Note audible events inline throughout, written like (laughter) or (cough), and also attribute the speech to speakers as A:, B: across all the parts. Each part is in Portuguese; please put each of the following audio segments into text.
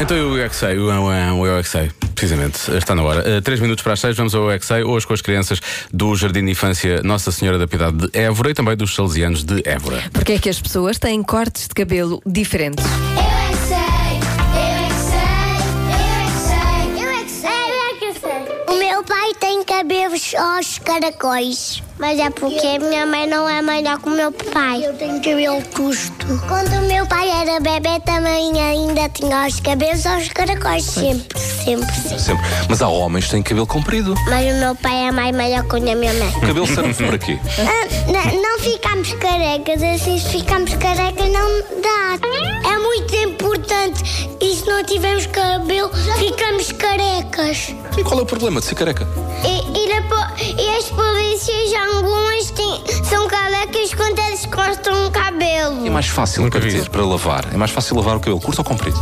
A: Então eu é que sei, o o- o eu é que sei, precisamente, está na hora. Eh, Três minutos para as seis, vamos ao Eu é que sei, hoje com as crianças do Jardim de Infância Nossa Senhora da Piedade de Évora e também dos Salesianos de Évora.
B: Porque é que as pessoas têm cortes de cabelo diferentes?
C: Eu é que sei, eu é que sei, eu é que sei, eu é que sei, eu é que sei, eu é que sei. O meu pai tem cabelos aos caracóis. Mas é porque a minha mãe não é melhor que o meu pai. Eu tenho cabelo custo. Quando o meu pai era bebê também ainda tinha os cabelos aos caracóis. Sempre, sempre, sempre.
D: Sempre. Mas há homens que têm cabelo comprido.
C: Mas o meu pai é mais melhor que o da minha mãe.
D: O cabelo
A: (laughs)
D: serve para quê?
C: Ah, n- não ficamos carecas, assim se ficamos carecas não dá. É muito importante e se não tivermos cabelo, ficamos carecas.
D: E qual é o problema de ser careca?
C: E, e na po- e as polícias algumas têm- são carecas quando eles cortam o
D: É
C: cabelo.
D: mais fácil
A: Nunca
D: para
A: vi.
D: ter, para lavar. É mais fácil lavar o cabelo curto ou comprido?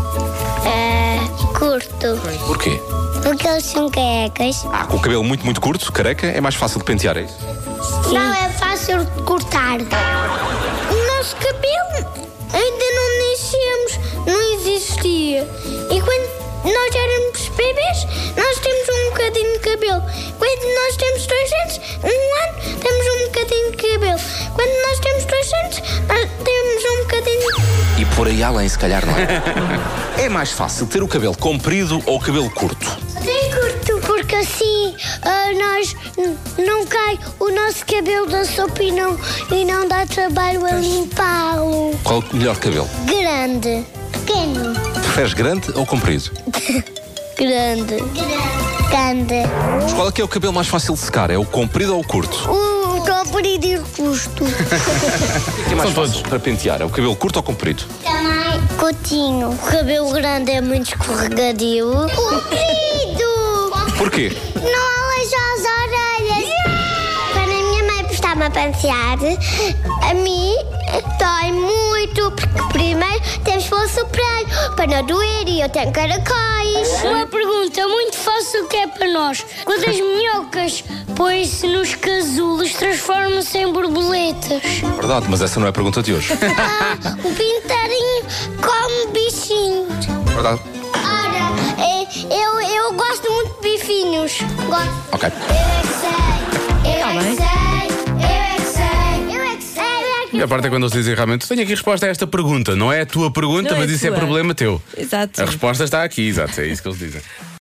C: É, curto.
D: Porquê?
C: Porque eles são carecas.
D: Ah, com o cabelo muito, muito curto, careca, é mais fácil de pentear, é isso?
C: Não é fácil de cortar. O nosso cabelo ainda não nascemos, não existia. E quando nós éramos bebês, nós temos um bocadinho de cabelo. Quando nós temos dois anos, um ano, temos um bocadinho de cabelo. Quando nós temos dois anos, nós temos um bocadinho de
D: E por aí além, se calhar não
A: (laughs)
D: é. é mais fácil ter o cabelo comprido ou o cabelo curto?
C: Tem curto, porque assim ah, nós n- não cai o nosso cabelo da sopa e não, e não dá trabalho a limpá-lo.
D: Qual é o melhor cabelo?
C: Grande. Pequeno.
D: Preferes grande ou comprido?
C: Grande. Grande.
D: Mas qual é que é o cabelo mais fácil de secar? É o comprido ou o curto?
C: O comprido e o custo.
D: O que é mais fácil para pentear? É o cabelo curto ou comprido?
C: (laughs) Também. Cotinho. O cabelo grande é muito escorregadio. Comprido!
D: Porquê?
C: Não aleja as orelhas. Quando a minha mãe estava a pentear, a mim dói muito, porque primeiro temos para soprar, para não doer e eu tenho caracóis.
E: Uma pergunta muito fácil que é para nós. Quando as minhocas põem-se nos casulos, transformam-se em borboletas.
D: Verdade, mas essa não é a pergunta
A: (laughs)
D: de hoje.
C: Ah, O pintarinho come bichinhos.
D: Verdade.
C: Ora, é, eu, eu gosto muito de bifinhos. Gosto.
D: Ok.
C: Eu é que sei, eu é que sei, eu é que sei, eu é que
A: E
C: sei.
A: a parte é quando eles dizem realmente, tenho aqui resposta a esta pergunta, não é a tua pergunta,
B: Não é
A: mas isso é
B: tua.
A: problema teu.
B: Exato.
A: A resposta está aqui, exato, é isso que eles dizem.